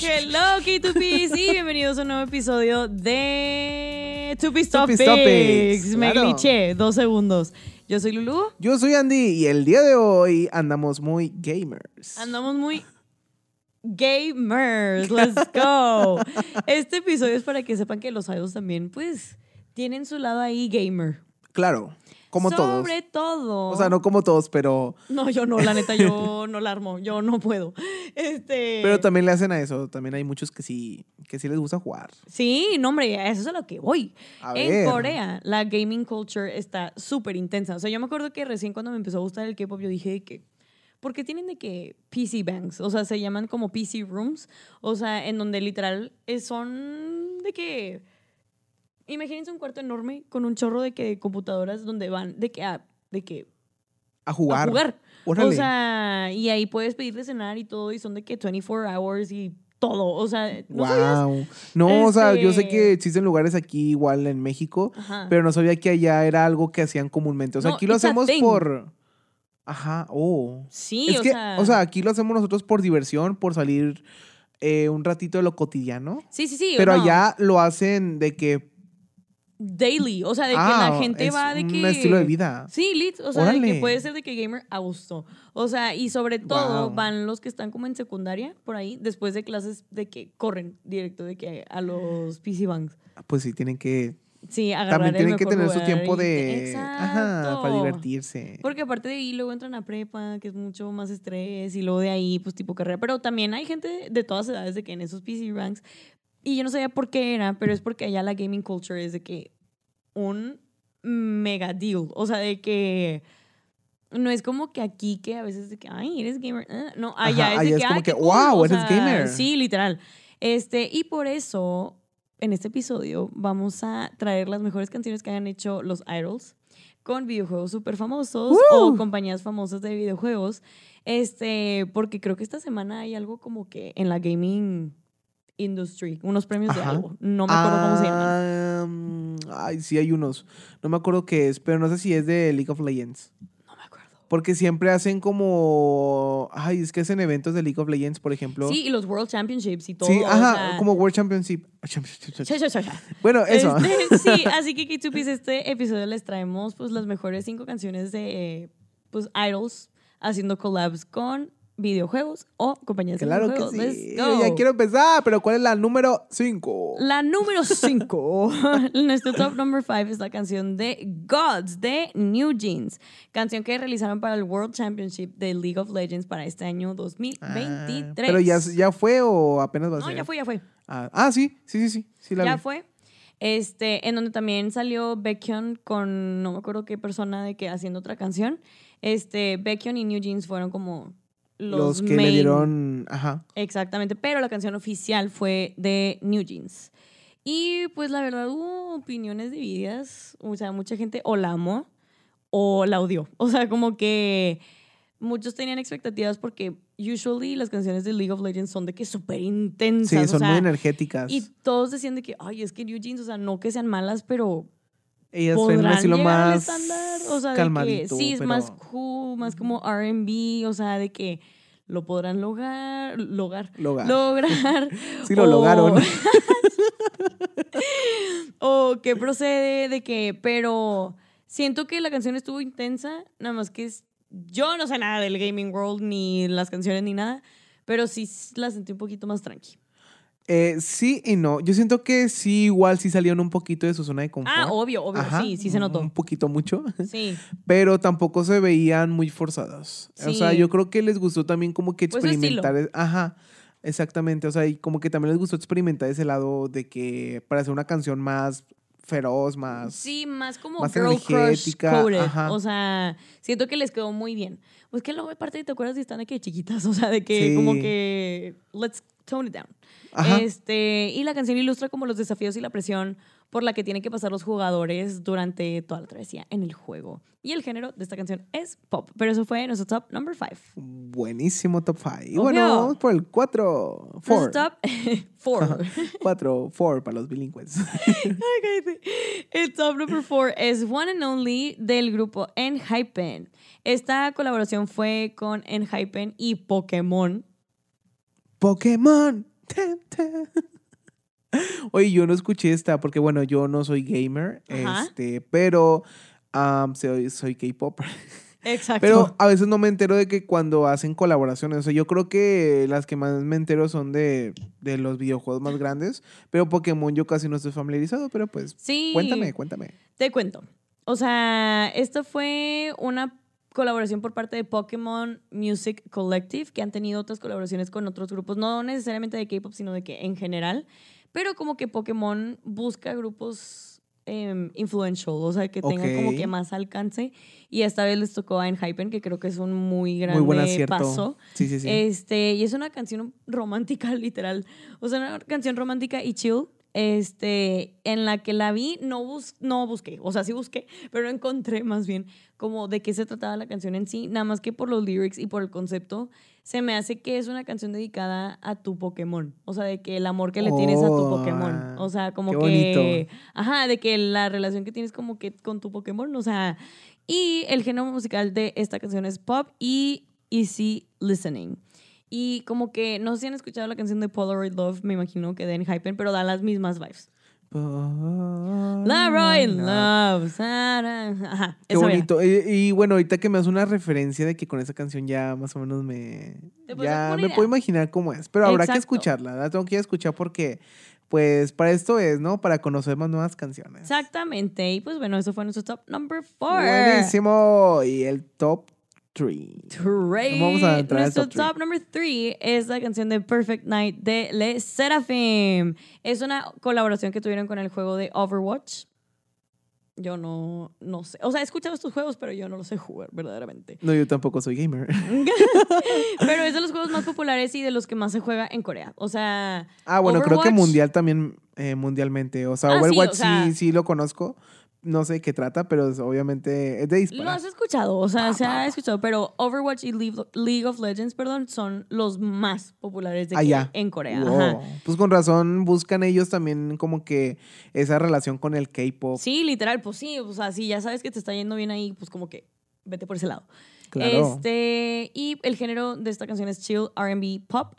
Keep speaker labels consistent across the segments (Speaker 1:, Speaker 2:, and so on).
Speaker 1: Hello, K2Ps y bienvenidos a un nuevo episodio de 2Ps Topics.
Speaker 2: Topics,
Speaker 1: Me
Speaker 2: claro.
Speaker 1: glitché, dos segundos. Yo soy Lulu,
Speaker 2: Yo soy Andy y el día de hoy andamos muy gamers.
Speaker 1: andamos muy gamers, let's go. Este episodio es para que sepan que los idols también, pues, tienen su lado ahí gamer.
Speaker 2: Claro, como todos.
Speaker 1: Sobre todo.
Speaker 2: O sea, no como todos, pero,
Speaker 1: No, yo no, la neta, yo no la armo, yo no puedo. Este...
Speaker 2: pero también le hacen a eso. También hay muchos que sí, que sí les gusta jugar.
Speaker 1: Sí, no, hombre, a eso es a lo que voy.
Speaker 2: A
Speaker 1: en
Speaker 2: ver.
Speaker 1: Corea, la gaming culture está súper intensa. O sea, yo me acuerdo que recién cuando me empezó a gustar el K-pop, yo dije de que. ¿Por qué tienen de que PC banks? O sea, se llaman como PC rooms. O sea, en donde literal eh, son de que. Imagínense un cuarto enorme con un chorro de que computadoras donde van de que a, de que
Speaker 2: A jugar.
Speaker 1: a jugar.
Speaker 2: Órale.
Speaker 1: O sea, y ahí puedes pedirle cenar y todo, y son de que 24 hours y todo. O sea, no sabías?
Speaker 2: wow. No, o sea, yo sé
Speaker 1: Este-
Speaker 2: que existen lugares aquí igual en México,
Speaker 1: Ajá.
Speaker 2: pero no sabía que allá era algo que hacían comúnmente. O sea,
Speaker 1: No,
Speaker 2: aquí lo
Speaker 1: it's a
Speaker 2: hacemos
Speaker 1: thing.
Speaker 2: por. Ajá, oh.
Speaker 1: Sí,
Speaker 2: es
Speaker 1: o,
Speaker 2: que,
Speaker 1: sea,
Speaker 2: o sea, aquí lo hacemos nosotros por diversión, por salir eh, un ratito de lo cotidiano.
Speaker 1: Sí, sí, sí.
Speaker 2: Pero
Speaker 1: no,
Speaker 2: allá lo hacen de que.
Speaker 1: Daily. O sea, de
Speaker 2: ah,
Speaker 1: que la gente
Speaker 2: es
Speaker 1: va de
Speaker 2: un
Speaker 1: que.
Speaker 2: estilo de vida.
Speaker 1: Sí, lit. O sea, de
Speaker 2: Órale.
Speaker 1: que puede ser de que gamer a gusto. O sea, y sobre todo
Speaker 2: Wow.
Speaker 1: van los que están como en secundaria, por ahí, después de clases, de que corren directo de que a los PC Banks.
Speaker 2: Pues sí, tienen que.
Speaker 1: Sí, agarrar
Speaker 2: También
Speaker 1: el
Speaker 2: tienen que
Speaker 1: mejor
Speaker 2: tener su
Speaker 1: lugar
Speaker 2: tiempo
Speaker 1: y-
Speaker 2: de. Ajá, para
Speaker 1: Exacto.
Speaker 2: divertirse.
Speaker 1: Porque aparte de ahí luego entran a prepa, que es mucho más estrés, y luego de ahí, pues tipo carrera. Pero también hay gente de todas edades de que en esos PC ranks, y yo no sabía por qué era, pero es porque allá la gaming culture es de que un mega deal. O sea, de que no es como que aquí que a veces de que, ay, eres gamer. eh, No, allá
Speaker 2: Ajá,
Speaker 1: es de que,
Speaker 2: allá es como
Speaker 1: "Ay, qué
Speaker 2: que,
Speaker 1: cool",
Speaker 2: "Wow,
Speaker 1: o
Speaker 2: eres
Speaker 1: sea,
Speaker 2: gamer.
Speaker 1: Sí, literal. Este, y por eso, en este episodio, vamos a traer las mejores canciones que han hecho los idols con videojuegos súper famosos o
Speaker 2: ¡Woo!
Speaker 1: compañías famosas de videojuegos. Este, porque creo que esta semana hay algo como que en la gaming industry, unos premios de
Speaker 2: Ajá.
Speaker 1: algo. No me acuerdo cómo se llaman.
Speaker 2: Ah, mm, Ay, sí, hay unos. No me acuerdo qué es, pero no sé si es de League of Legends.
Speaker 1: No me acuerdo.
Speaker 2: Porque siempre hacen como. Ay, es que hacen eventos de League of Legends, por ejemplo.
Speaker 1: Sí, y los World Championships y todo.
Speaker 2: Sí,
Speaker 1: o
Speaker 2: ajá,
Speaker 1: sea,
Speaker 2: como World Championship. Championship.
Speaker 1: cha, cha, cha, cha.
Speaker 2: Bueno, eso.
Speaker 1: Este, sí, así que K2Ps, este episodio les traemos pues las mejores cinco canciones de pues idols haciendo collabs con videojuegos o compañías
Speaker 2: Claro
Speaker 1: de
Speaker 2: que
Speaker 1: videojuegos.
Speaker 2: sí.
Speaker 1: Let's go.
Speaker 2: Ya quiero empezar, pero ¿cuál es la número 5?
Speaker 1: La número 5, nuestro top number 5 es la canción de Gods de New Jeans, canción que realizaron para el World Championship de League of Legends para este año 2023.
Speaker 2: Ah, ¿Pero ya, ya fue o apenas va a
Speaker 1: No,
Speaker 2: ser?
Speaker 1: ya fue, ya fue.
Speaker 2: Ah, ah, sí, sí, sí, sí. sí la
Speaker 1: ya
Speaker 2: vi.
Speaker 1: fue. Este, en donde también salió Baekhyun con no me acuerdo qué persona de que haciendo otra canción. Este, Baekhyun y New Jeans fueron como los,
Speaker 2: Los, que le
Speaker 1: main.
Speaker 2: dieron. Ajá.
Speaker 1: Exactamente, pero la canción oficial fue de New Jeans. Y pues la verdad hubo opiniones divididas, o sea, mucha gente o la amó o la odió. O sea, como que muchos tenían expectativas porque usually las canciones de League of Legends son de que súper intensas.
Speaker 2: Sí,
Speaker 1: o
Speaker 2: son
Speaker 1: sea,
Speaker 2: muy energéticas.
Speaker 1: y todos decían de que, ay, es que New Jeans, o sea, no que sean malas, pero
Speaker 2: Ellas traen un
Speaker 1: podrán
Speaker 2: estilo
Speaker 1: llegar al
Speaker 2: más
Speaker 1: estándar. O sea, de que
Speaker 2: calmadito.
Speaker 1: sí, es
Speaker 2: pero-
Speaker 1: más cool, más como R&B, o sea, de que lo podrán lograr, lograr,
Speaker 2: Logar.
Speaker 1: lograr.
Speaker 2: Sí, lo
Speaker 1: o-
Speaker 2: lograron.
Speaker 1: o que procede de que, pero siento que la canción estuvo intensa, nada más que es, yo no sé nada del gaming world, ni las canciones, ni nada, pero sí la sentí un poquito más tranqui.
Speaker 2: Eh, sí y no. Yo siento que sí, igual sí salieron un poquito de su zona de confort.
Speaker 1: Ah, obvio, obvio,
Speaker 2: Ajá,
Speaker 1: sí, sí se
Speaker 2: Un
Speaker 1: notó.
Speaker 2: poquito mucho.
Speaker 1: Sí.
Speaker 2: pero tampoco se veían muy forzadas. O sea,
Speaker 1: Sí.
Speaker 2: yo creo que les gustó también como que
Speaker 1: Pues su estilo.
Speaker 2: experimentar. e-, Ajá, exactamente. O sea, y como que también les gustó experimentar ese lado de que para hacer una canción más feroz, más.
Speaker 1: Sí, más como
Speaker 2: más
Speaker 1: girl crush
Speaker 2: energética,
Speaker 1: coded.
Speaker 2: ajá.
Speaker 1: O sea, siento que les quedó muy bien. Pues que luego aparte te acuerdas de están aquí chiquitas, o sea, de que
Speaker 2: Sí.
Speaker 1: como que let's tone it down.
Speaker 2: Ajá.
Speaker 1: Este, y la canción ilustra como los desafíos y la presión por la que tienen que pasar los jugadores durante toda la travesía en el juego. Y el género de esta canción es pop, pero eso fue nuestro top number five.
Speaker 2: Buenísimo top 5. Y
Speaker 1: Obvio.
Speaker 2: bueno, vamos por el 4.
Speaker 1: Nuestro
Speaker 2: 4.
Speaker 1: top four.
Speaker 2: 4, 4 para los bilingües.
Speaker 1: Ay, cállate. El top number four es One and Only del grupo Enhypen. Esta colaboración fue con Enhypen y Pokémon.
Speaker 2: Pokémon. Oye, yo no escuché esta porque, bueno, yo no soy gamer,
Speaker 1: Ajá.
Speaker 2: este, pero um, soy, soy K-pop.
Speaker 1: Exacto.
Speaker 2: Pero a veces no me entero de que cuando hacen colaboraciones, o sea, yo creo que las que más me entero son de, de los videojuegos más grandes, pero Pokémon yo casi no estoy familiarizado, pero pues
Speaker 1: sí.
Speaker 2: cuéntame, cuéntame.
Speaker 1: Te cuento. O sea, esta fue una colaboración por parte de Pokémon Music Collective, que han tenido otras colaboraciones con otros grupos, no necesariamente de K-pop, sino de que en general. Pero como que Pokémon busca grupos em, influential, o sea, que tengan
Speaker 2: Ok.
Speaker 1: como que más alcance. Y esta vez les tocó a Enhypen, que creo que es un muy grande
Speaker 2: Muy buen acierto.
Speaker 1: paso.
Speaker 2: Sí, sí, sí.
Speaker 1: Este, y es una canción romántica, literal. O sea, una canción romántica y chill. Este, en la que la vi, no, bus no busqué, o sea, sí busqué, pero no encontré más bien como de qué se trataba la canción en sí, nada más que por los lyrics y por el concepto, se me hace que es una canción dedicada a tu Pokémon, o sea, de que el amor que le tienes a tu
Speaker 2: Oh,
Speaker 1: Pokémon, o sea, como
Speaker 2: qué
Speaker 1: que, ajá, de que la relación que tienes como que con tu Pokémon, o sea, y el género musical de esta canción es pop y easy listening. Y como que no sé si han escuchado la canción de Polaroid Love, me imagino que de Enhypen, pero da las mismas vibes. Polaroid Love. Sara- Ajá,
Speaker 2: Ah, Oh Qué
Speaker 1: esa mera.
Speaker 2: bonito. Eh, Y, bueno, ahorita que me hace una referencia de que con esa canción ya más o menos me.
Speaker 1: Te puedes hacer
Speaker 2: Ya
Speaker 1: una
Speaker 2: me
Speaker 1: idea.
Speaker 2: puedo imaginar cómo es. Pero habrá que
Speaker 1: Exacto.
Speaker 2: escucharla. La tengo que ir a escuchar porque, pues, para esto es, ¿no? Para conocer más nuevas canciones.
Speaker 1: Exactamente. Y pues bueno, eso fue nuestro top number four.
Speaker 2: Buenísimo. Y el top 3.
Speaker 1: Three.
Speaker 2: Vamos a entrar al
Speaker 1: Nuestro
Speaker 2: top three.
Speaker 1: top number three es la canción de Perfect Night de Le Seraphim. Es una colaboración que tuvieron con el juego de Overwatch. Yo no, no sé. O sea, he escuchado estos juegos, pero yo no los sé jugar verdaderamente.
Speaker 2: No, yo tampoco soy gamer.
Speaker 1: Mm. Pero es de los juegos más populares y de los que más se juega en Corea. O sea,
Speaker 2: Ah, bueno, creo que
Speaker 1: Overwatch.
Speaker 2: mundial también, eh, mundialmente. O sea,
Speaker 1: Ah, sí,
Speaker 2: Overwatch
Speaker 1: o
Speaker 2: sí,
Speaker 1: sea-
Speaker 2: sí, lo conozco. No sé de qué trata, pero es- obviamente es Ah. de
Speaker 1: Lo
Speaker 2: disparar.
Speaker 1: has escuchado, o sea, se ha escuchado, pero Overwatch y League League of Legends, perdón, son los más populares de que-
Speaker 2: Allá.
Speaker 1: en Corea.
Speaker 2: Ah, Wow.
Speaker 1: Ajá.
Speaker 2: Pues con razón buscan ellos también como que esa relación con el K-pop.
Speaker 1: Sí, literal, pues sí, o sea, si ya sabes que te está yendo bien ahí, pues como que vete por ese lado.
Speaker 2: Claro.
Speaker 1: Este, y el género de esta canción es chill, R&B, pop.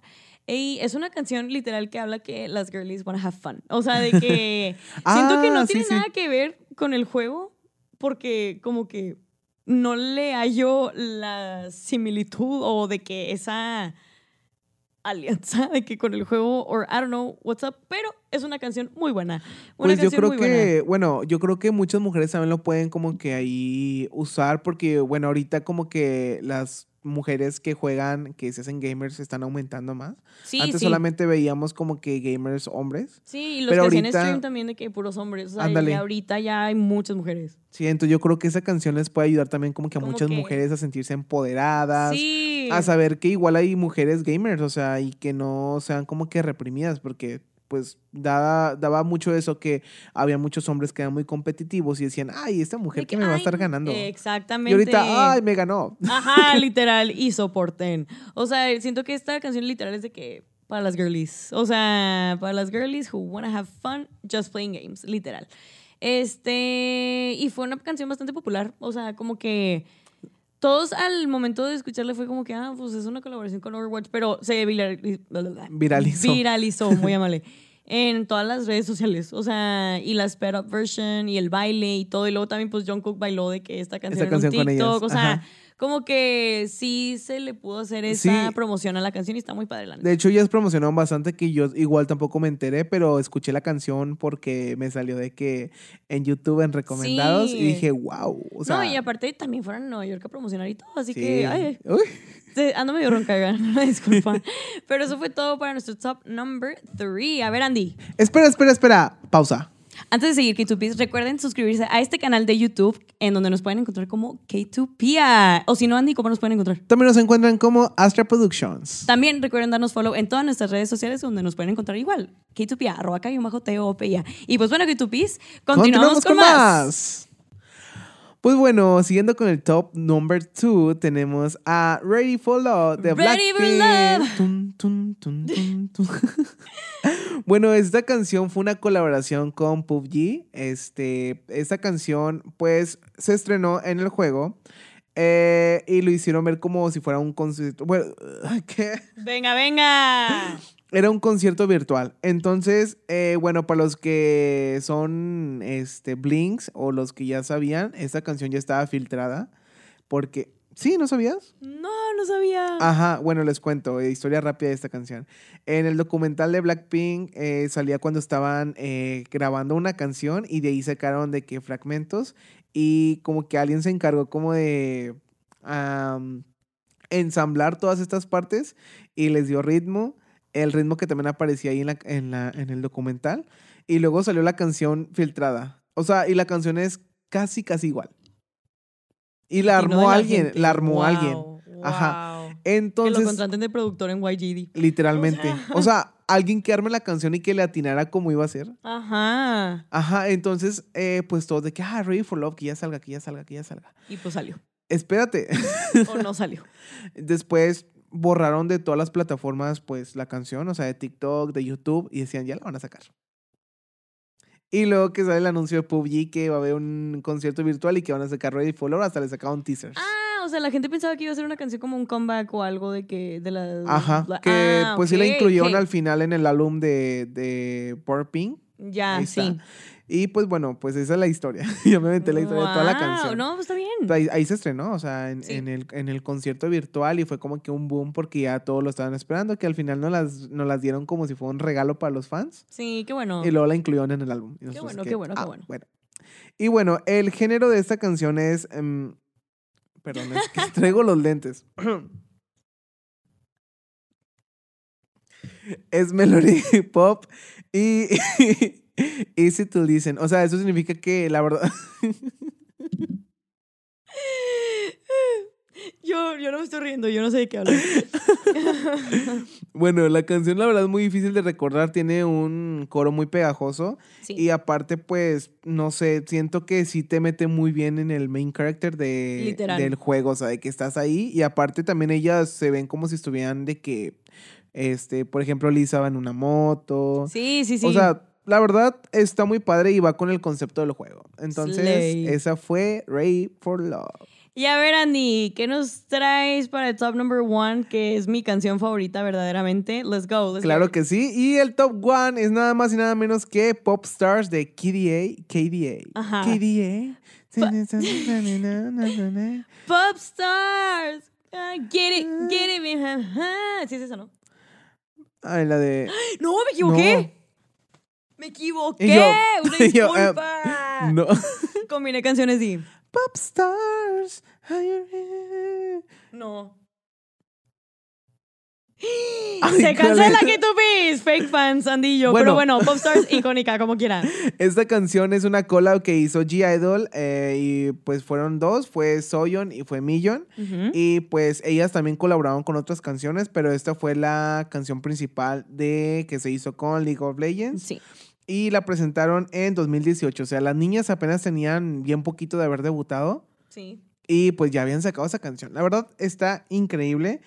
Speaker 1: Y es una canción literal que habla que las girlies wanna have fun. O sea, de que siento que
Speaker 2: Ah,
Speaker 1: no
Speaker 2: sí,
Speaker 1: tiene
Speaker 2: sí.
Speaker 1: nada que ver con el juego porque como que no le hallo la similitud o de que esa alianza de que con el juego or I don't know what's up, pero es una canción muy buena. Una
Speaker 2: Pues yo
Speaker 1: canción
Speaker 2: creo
Speaker 1: muy buena.
Speaker 2: que, bueno, yo creo que muchas mujeres también lo pueden como que ahí usar porque, bueno, ahorita como que las mujeres que juegan, que se hacen gamers, están aumentando más.
Speaker 1: Sí,
Speaker 2: Antes
Speaker 1: sí.
Speaker 2: solamente veíamos como que gamers hombres.
Speaker 1: Sí, y los
Speaker 2: Pero
Speaker 1: que hacían
Speaker 2: ahorita-
Speaker 1: stream también de que puros hombres. O sea,
Speaker 2: Ándale.
Speaker 1: y ahorita ya hay muchas mujeres.
Speaker 2: Sí, entonces yo creo que esa canción les puede ayudar también como que a
Speaker 1: Como
Speaker 2: muchas
Speaker 1: que-
Speaker 2: mujeres a sentirse empoderadas.
Speaker 1: Sí.
Speaker 2: a saber que igual hay mujeres gamers, o sea, y que no sean como que reprimidas, porque pues daba, daba mucho eso que había muchos hombres que eran muy competitivos y decían, ay, esta
Speaker 1: De
Speaker 2: mujer
Speaker 1: que,
Speaker 2: que me va a
Speaker 1: ay,
Speaker 2: estar ganando.
Speaker 1: Exactamente.
Speaker 2: Y ahorita, ay, me ganó.
Speaker 1: Ajá, literal. Y soporten. O sea, siento que esta canción literal es de que para las girlies. O sea, para las girlies who wanna have fun just playing games, literal. Este, y fue una canción bastante popular. O sea, como que todos al momento de escucharla fue como que, ah, pues es una colaboración con Overwatch, pero se virali-
Speaker 2: Viralizó.
Speaker 1: Viralizó, muy amable. En todas las redes sociales, o sea, y la sped up version y el baile y todo. Y luego también, pues John Cook bailó de que esta canción,
Speaker 2: Esta
Speaker 1: era un
Speaker 2: canción con ellas,
Speaker 1: TikTok, o sea,
Speaker 2: ajá.
Speaker 1: como que sí se le pudo hacer esa
Speaker 2: Sí.
Speaker 1: promoción a la canción y está muy padre la neta.
Speaker 2: De hecho, ellas promocionaron bastante que yo igual tampoco me enteré, pero escuché la canción porque me salió de que en YouTube, en recomendados,
Speaker 1: Sí.
Speaker 2: y dije, wow. O sea,
Speaker 1: no, y aparte también fueron a Nueva York a promocionar y todo, así
Speaker 2: sí.
Speaker 1: que ay,
Speaker 2: Uy.
Speaker 1: se- ando medio ronca, oigan, una disculpa. Pero eso fue todo para nuestro top number 3. A ver, Andy,
Speaker 2: Espera, espera, espera. Pausa.
Speaker 1: antes de seguir K2Ps, recuerden suscribirse a este canal de YouTube en donde nos pueden encontrar como K2Pia. O si no, Andy, ¿cómo nos pueden encontrar?
Speaker 2: También nos encuentran como Astra Productions.
Speaker 1: También recuerden darnos follow en todas nuestras redes sociales donde nos pueden encontrar igual. K2Pia, arroba k Y pues bueno, K2Ps, continuamos, con, más.
Speaker 2: Pues bueno, siguiendo con el top number 2, tenemos a Ready for Love de
Speaker 1: Ready for
Speaker 2: Blackpink.
Speaker 1: Love.
Speaker 2: Tun, tun, tun, tun, tun. bueno, esta canción fue una colaboración con PUBG. Este, esta canción, pues, se estrenó en el juego. eh, y lo hicieron ver como si fuera un concierto. Bueno, ¿qué?
Speaker 1: Venga, venga.
Speaker 2: Era un concierto virtual. Entonces, eh, bueno, para los que son este, Blinks o los que ya sabían, esta canción ya estaba filtrada. Porque, ¿sí? ¿No sabías?
Speaker 1: No, no sabía.
Speaker 2: Ajá, bueno, les cuento, eh, historia rápida de esta canción. En el documental de Blackpink eh, salía cuando estaban eh, grabando una canción y de ahí sacaron de que fragmentos y como que alguien se encargó como de am, ensamblar todas estas partes y les dio ritmo, el ritmo que también aparecía ahí en, la- en la- en el documental y luego salió la canción filtrada. O sea, y la canción es casi, casi igual. Y la
Speaker 1: Y no
Speaker 2: armó
Speaker 1: de la
Speaker 2: alguien,
Speaker 1: gente.
Speaker 2: la armó
Speaker 1: Wow,
Speaker 2: alguien. Ajá.
Speaker 1: wow. que lo
Speaker 2: Entonces,
Speaker 1: contraten de productor en YGD.
Speaker 2: Literalmente. O sea, alguien que arme la canción y que le atinara cómo iba a ser.
Speaker 1: Ajá.
Speaker 2: Ajá, entonces, eh, pues todos de que, ah, Ready for Love, que ya salga, que ya salga, que ya salga.
Speaker 1: Y pues salió.
Speaker 2: Espérate.
Speaker 1: O no salió.
Speaker 2: Después borraron de todas las plataformas, pues, la canción, o sea, de TikTok, de YouTube, y decían, ya la van a sacar. Y luego que sale el anuncio de PUBG que va a haber un concierto virtual y que van a sacar Ready for Love, hasta le sacaron teasers.
Speaker 1: Ah, o sea, la gente pensaba que iba a ser una canción como un comeback o algo de que. De la,
Speaker 2: Ajá,
Speaker 1: la-
Speaker 2: que
Speaker 1: Ah,
Speaker 2: pues sí la
Speaker 1: ok,
Speaker 2: incluyeron
Speaker 1: ok.
Speaker 2: al final en el álbum de, de Purping.
Speaker 1: Ya,
Speaker 2: Ahí
Speaker 1: sí.
Speaker 2: está. Y pues bueno, pues esa es la historia. Yo me aventé la historia de toda la
Speaker 1: Wow,
Speaker 2: canción.
Speaker 1: No, pues está bien.
Speaker 2: Ahí, ahí se estrenó, o sea, en,
Speaker 1: Sí.
Speaker 2: en el, en el concierto virtual y fue como que un boom porque ya todos lo estaban esperando, que al final nos las, nos las dieron como si fuera un regalo para los fans
Speaker 1: Sí, qué bueno.
Speaker 2: y luego la incluyeron en el álbum. Y nosotros
Speaker 1: bueno,
Speaker 2: que,
Speaker 1: qué bueno, qué
Speaker 2: ah,
Speaker 1: bueno.
Speaker 2: Y bueno, el género de esta canción es... em, perdón, es que traigo los lentes. es melody pop y easy to listen. O sea, eso significa que la verdad...
Speaker 1: Yo, yo no me estoy riendo, yo no sé de qué hablar.
Speaker 2: Bueno, la canción la verdad es muy difícil de recordar, tiene un coro muy pegajoso
Speaker 1: Sí.
Speaker 2: y aparte pues, no sé, siento que sí te mete muy bien en el main character de,
Speaker 1: Literal.
Speaker 2: del juego, o sea, de que estás ahí y aparte también ellas se ven como si estuvieran de que, este, por ejemplo, Lisa va en una moto,
Speaker 1: sí, sí, sí.
Speaker 2: o sea, la verdad está muy padre y va con el concepto del juego. Entonces,
Speaker 1: Slay.
Speaker 2: esa fue Ray for Love.
Speaker 1: y a ver, Andy, ¿qué nos traes para el top number one, que es mi canción favorita verdaderamente? Let's go. let's
Speaker 2: Claro
Speaker 1: go.
Speaker 2: que sí. Y el top one es nada más y nada menos que Pop Stars de KDA. KDA.
Speaker 1: Ajá. Pues
Speaker 2: KDA.
Speaker 1: Pa- Pop stars. Ah, get it, get it, mi- ajá. Sí, es eso, ¿no?
Speaker 2: Ay, la de.
Speaker 1: No, me equivoqué. Me equivoqué. Una
Speaker 2: y yo, eh,
Speaker 1: disculpa.
Speaker 2: No.
Speaker 1: Combiné canciones y.
Speaker 2: Pop Stars. are you here?
Speaker 1: No.
Speaker 2: Ay,
Speaker 1: ¡Ah! Se
Speaker 2: ¿cuál
Speaker 1: cancela
Speaker 2: es?
Speaker 1: que tú ves, fake fans, Andy y yo. Pero
Speaker 2: Bueno.
Speaker 1: bueno, Popstars icónica, como quiera.
Speaker 2: Esta canción es una collab que hizo G-Idol eh, y pues fueron dos, fue Soyeon y fue Millon.
Speaker 1: Ujú.
Speaker 2: Y pues ellas también colaboraron con otras canciones, pero esta fue la canción principal de que se hizo con League of Legends.
Speaker 1: Sí.
Speaker 2: Y la presentaron en 2018. O sea, las niñas apenas tenían bien poquito de haber debutado.
Speaker 1: Sí.
Speaker 2: Y pues ya habían sacado esa canción. La verdad está increíble.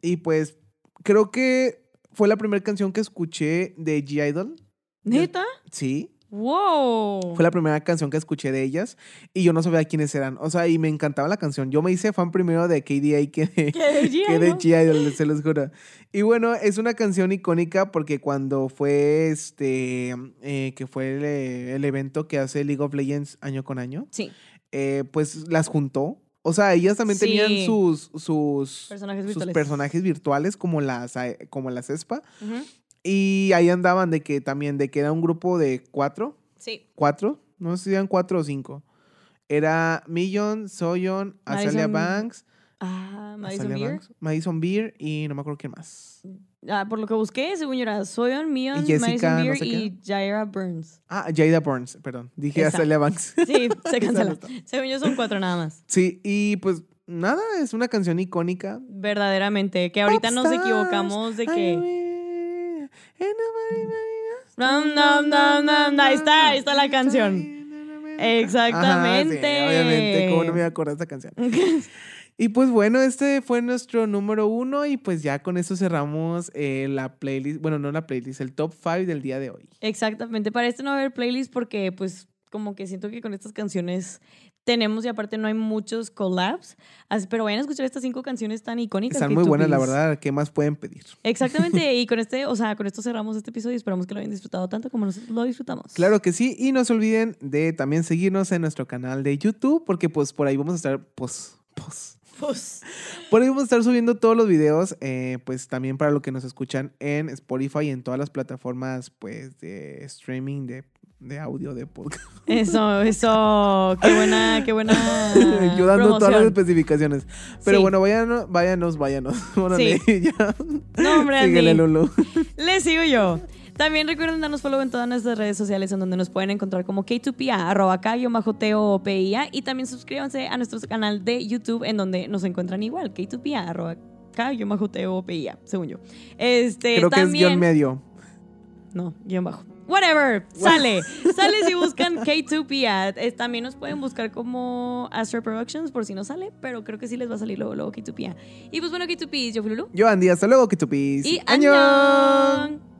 Speaker 2: Y pues creo que fue la primera canción que escuché de G-Idol.
Speaker 1: ¿Neta?
Speaker 2: Sí.
Speaker 1: ¡Wow!
Speaker 2: Fue la primera canción que escuché de ellas. Y yo no sabía quiénes eran. O sea, y me encantaba la canción. Yo me hice fan primero de KDA que de,
Speaker 1: ¿Qué de G.I.,
Speaker 2: que de
Speaker 1: no?
Speaker 2: G-Idol, se los juro. Y bueno, es una canción icónica porque cuando fue este, eh, que fue el, eh, el evento que hace League of Legends año con año,
Speaker 1: Sí.
Speaker 2: eh, pues las juntó. O sea, ellas también tenían
Speaker 1: Sí.
Speaker 2: sus, sus,
Speaker 1: Personajes
Speaker 2: sus
Speaker 1: virtuales.
Speaker 2: personajes virtuales como las, eh, como la Cespa.
Speaker 1: Ujú.
Speaker 2: Y ahí andaban de que también, de que era un grupo de cuatro,
Speaker 1: Sí.
Speaker 2: cuatro, no sé si eran cuatro o cinco. Era Millon, Soyeon, Azalea
Speaker 1: Madison-
Speaker 2: Banks,
Speaker 1: Ah, Madison
Speaker 2: Azalea
Speaker 1: Beer.
Speaker 2: Banks, Madison Beer y no me acuerdo quién más.
Speaker 1: Ah, por lo que busqué, según yo era Soyon, Mion,
Speaker 2: Y Jessica,
Speaker 1: Madison
Speaker 2: no
Speaker 1: Beer
Speaker 2: sé qué.
Speaker 1: y Jaira Burns.
Speaker 2: Ah, Jada Burns, perdón. Dije
Speaker 1: Esa.
Speaker 2: Azalea Banks.
Speaker 1: Sí, se cancela.
Speaker 2: nota.
Speaker 1: según yo son cuatro nada más.
Speaker 2: Sí, y pues nada, es una canción icónica.
Speaker 1: Verdaderamente. Que ahorita nos
Speaker 2: Popstars,
Speaker 1: equivocamos de
Speaker 2: I
Speaker 1: que.
Speaker 2: will, and nobody but us.
Speaker 1: Nam, nam, nam, nam. Ahí está, ahí está la canción. Exactamente.
Speaker 2: Ajá, sí, obviamente, ¿cómo no me voy a acordar de esta canción? Y pues bueno, este fue nuestro número uno y pues ya con eso cerramos eh, la playlist, bueno, no la playlist, el top five del día de hoy.
Speaker 1: Exactamente. Para este no va a haber playlist porque, pues, como que siento que con estas canciones tenemos y aparte no hay muchos collabs. Así- pero vayan a escuchar estas cinco canciones tan icónicas.
Speaker 2: Están
Speaker 1: que
Speaker 2: muy
Speaker 1: tú
Speaker 2: buenas, la
Speaker 1: pides.
Speaker 2: verdad. ¿Qué más pueden pedir?
Speaker 1: Exactamente, y con este, o sea, con esto cerramos este episodio y esperamos que lo hayan disfrutado tanto como nosotros lo disfrutamos.
Speaker 2: Claro que sí. Y no se olviden de también seguirnos en nuestro canal de YouTube, porque pues por ahí vamos a estar, pues, pues,
Speaker 1: Pues,
Speaker 2: por ahí vamos a estar subiendo todos los videos, eh, pues también para lo que nos escuchan en Spotify y en todas las plataformas, pues, de streaming, de, de audio, de podcast.
Speaker 1: Eso, eso, qué buena, qué buena.
Speaker 2: Yo dando todas las
Speaker 1: Ah, promoción.
Speaker 2: especificaciones. Pero
Speaker 1: Sí.
Speaker 2: bueno, váyanos, váyanos, váyanos. Órale, ya.
Speaker 1: No, hombre, Andy.
Speaker 2: Síguele, Lulu.
Speaker 1: Les sigo yo. También recuerden darnos follow en todas nuestras redes sociales en donde nos pueden encontrar como K2PIA, arroba k PIA. Y también suscríbanse a nuestro canal de YouTube en donde nos encuentran igual, K2PIA, arroba k PIA, según yo. Este,
Speaker 2: Creo que es guión
Speaker 1: también-
Speaker 2: medio.
Speaker 1: No, guión bajo. Whatever, sale. sale si buscan K2PIA. Eh, también nos pueden buscar como Astro Productions por si no sale, pero creo que sí les va a salir luego, luego K2PIA. Y pues bueno, K2PIA, yo fui Lulu.
Speaker 2: Yo, Andy, hasta luego, que tupis.
Speaker 1: Y
Speaker 2: ¡Añón!
Speaker 1: ¡Annyeong!